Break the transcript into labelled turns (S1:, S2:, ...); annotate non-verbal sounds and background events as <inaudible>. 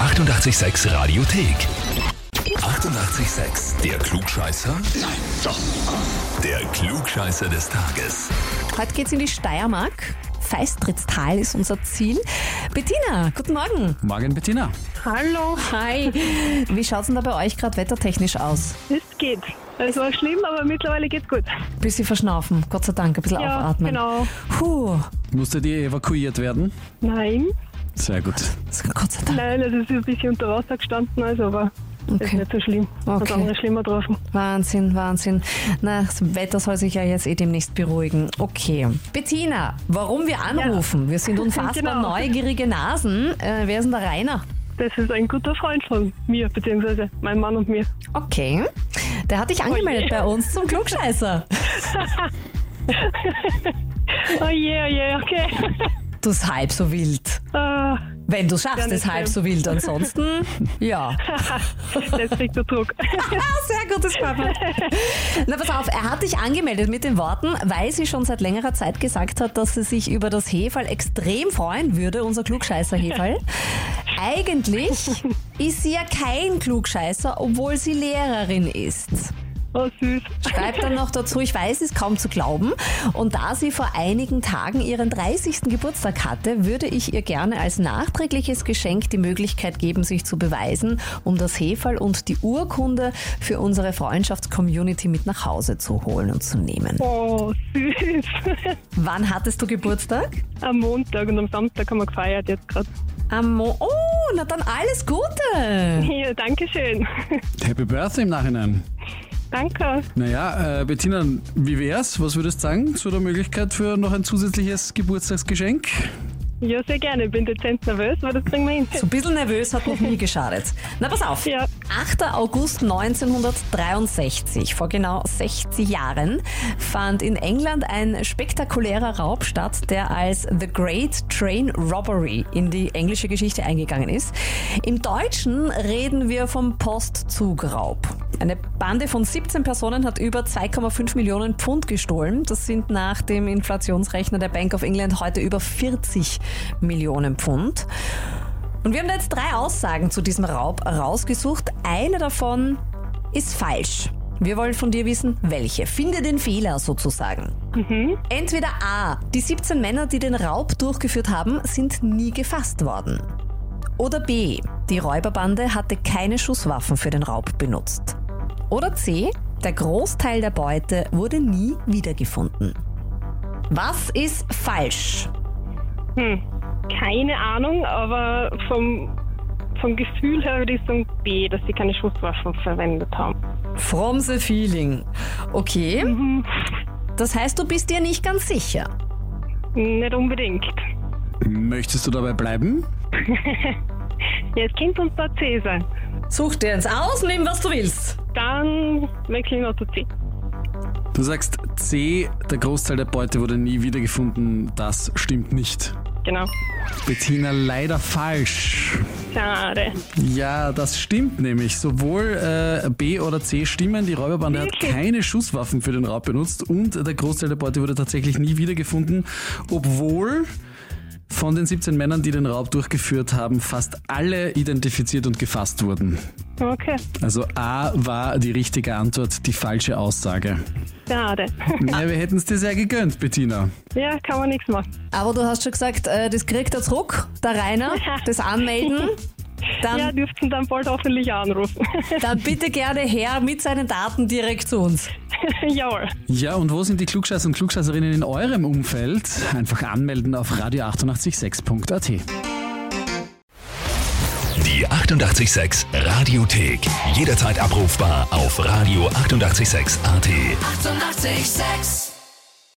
S1: 886 Radiothek. 88,6. Der Klugscheißer? Nein, doch. Der Klugscheißer des Tages.
S2: Heute geht's in die Steiermark. Feistrittstal ist unser Ziel. Bettina, guten Morgen.
S3: Morgen, Bettina.
S4: Hallo,
S2: Hi. Wie schaut's denn da bei euch gerade wettertechnisch aus?
S4: es geht. Es war schlimm, aber mittlerweile geht's gut.
S2: Bisschen verschnaufen, Gott sei Dank, ein bisschen
S4: Ja,
S2: aufatmen.
S4: genau.
S2: Puh,
S3: Musstet ihr evakuiert werden?
S4: Nein,
S3: Sehr gut.
S2: Gott sei Dank.
S4: nein, also es ist ein bisschen unter Wasser gestanden, also aber das
S2: Okay.
S4: ist nicht so schlimm. Hat
S2: Okay.
S4: andere schlimmer getroffen.
S2: Wahnsinn, Wahnsinn. Na, das Wetter soll sich ja jetzt eh demnächst beruhigen. Okay. Bettina, warum wir anrufen? Wir
S4: <laughs>
S2: sind unfassbar
S4: Genau.
S2: neugierige Nasen. Äh, wer ist denn der Rainer?
S4: Das ist ein guter Freund von mir, beziehungsweise mein Mann und mir.
S2: Okay. Der hat dich angemeldet bei uns zum
S4: <laughs>
S2: Klugscheißer.
S4: Oh je, oh je, okay. <laughs>
S2: Du ist halb so wild.
S4: Ah, <laughs>
S2: Wenn du schaffst,
S4: Gar nicht
S2: ist halb so
S4: schlimm.
S2: wild. <laughs> Ansonsten, ja.
S4: jetzt kriegt der Druck. <laughs>
S2: Ah, sehr gutes Vorbild. <laughs> Na, pass auf, er hat dich angemeldet mit den Worten, weil sie schon seit längerer Zeit gesagt hat, dass sie sich über das Hefall extrem freuen würde, unser Klugscheißer Hefall. <laughs> Eigentlich ist sie ja kein Klugscheißer, obwohl sie Lehrerin ist.
S4: Oh süß.
S2: Schreibt dann noch dazu, ich weiß es kaum zu glauben. Und da sie vor einigen Tagen ihren 30. Geburtstag hatte, würde ich ihr gerne als nachträgliches Geschenk die Möglichkeit geben, sich zu beweisen, um das Hefall und die Urkunde für unsere Freundschaftscommunity mit nach Hause zu holen und zu nehmen.
S4: <laughs> Oh süß. <laughs>
S2: Wann hattest du Geburtstag?
S4: Am Montag und am Samstag haben wir gefeiert jetzt gerade.
S2: Am Mo Oh, na dann alles Gute!
S4: Ja, danke schön. <laughs>
S3: Happy Birthday im Nachhinein.
S4: Danke.
S3: Naja, äh, Bettina, wie wär's? Was würdest du sagen zu der Möglichkeit für noch ein zusätzliches Geburtstagsgeschenk?
S4: Ja, sehr gerne. Ich bin dezent nervös, aber das bringen wir hin.
S2: So ein bisschen nervös hat noch nie geschadet. Na, pass auf.
S4: Ja.
S2: 8. August 1963, vor genau 60 Jahren, fand in England ein spektakulärer Raub statt, der als The Great Train Robbery in die englische Geschichte eingegangen ist. Im Deutschen reden wir vom Postzugraub. Eine Bande von 17 Personen hat über 2,5 Millionen Pfund gestohlen. Das sind nach dem Inflationsrechner der Bank of England heute über 40 Millionen Pfund. Und wir haben da jetzt drei Aussagen zu diesem Raub rausgesucht. Eine davon ist falsch. Wir wollen von dir wissen, welche. Finde den Fehler sozusagen. Entweder A. Die 17 Männer, die den Raub durchgeführt haben, sind nie gefasst worden. Oder B. Die Räuberbande hatte keine Schusswaffen für den Raub benutzt. Oder C. Der Großteil der Beute wurde nie wiedergefunden. Was ist falsch?
S4: Hm, keine Ahnung, aber vom, vom Gefühl her würde ich sagen B, dass sie keine Schusswaffen verwendet haben.
S2: From the Feeling. Okay. Das heißt, du bist dir nicht ganz sicher.
S4: Nicht unbedingt.
S3: Möchtest du dabei bleiben?
S4: Ja, es könnte uns da C sein.
S2: Such dir eins aus, nimm was du willst.
S4: Dann wechsle ich noch zu C.
S3: Du sagst C, der Großteil der Beute wurde nie wiedergefunden. Das stimmt nicht.
S4: Genau.
S3: Bettina, leider falsch.
S4: Schade.
S3: Ja, das stimmt nämlich. Sowohl äh, B oder C stimmen. Die Räuberbande hat
S4: Wirklich?
S3: keine Schusswaffen für den Raub benutzt und der Großteil der Beute wurde tatsächlich nie wiedergefunden, obwohl von den 17 Männern, die den Raub durchgeführt haben, fast alle identifiziert und gefasst wurden.
S4: Okay.
S3: Also A war die richtige Antwort, die falsche Aussage.
S4: Schade. <laughs>
S3: Ja, wir hätten es dir sehr gegönnt, Bettina.
S4: Ja, kann man nichts machen.
S2: Aber du hast schon gesagt, äh, das kriegt der Druck, der Rainer, das Anmelden. Dann,
S4: Ja, dürften dann bald hoffentlich auch anrufen. <laughs>
S2: dann bitte gerne her mit seinen Daten direkt zu uns.
S4: Jawohl.
S3: Ja, und wo sind die Klugscheißer und Klugscheißerinnen in eurem Umfeld? Einfach anmelden auf radio886.at.
S1: Die 88,6 Radiothek. Jederzeit abrufbar auf radio886.at. 88,6.
S5: Eighty-eight, sex.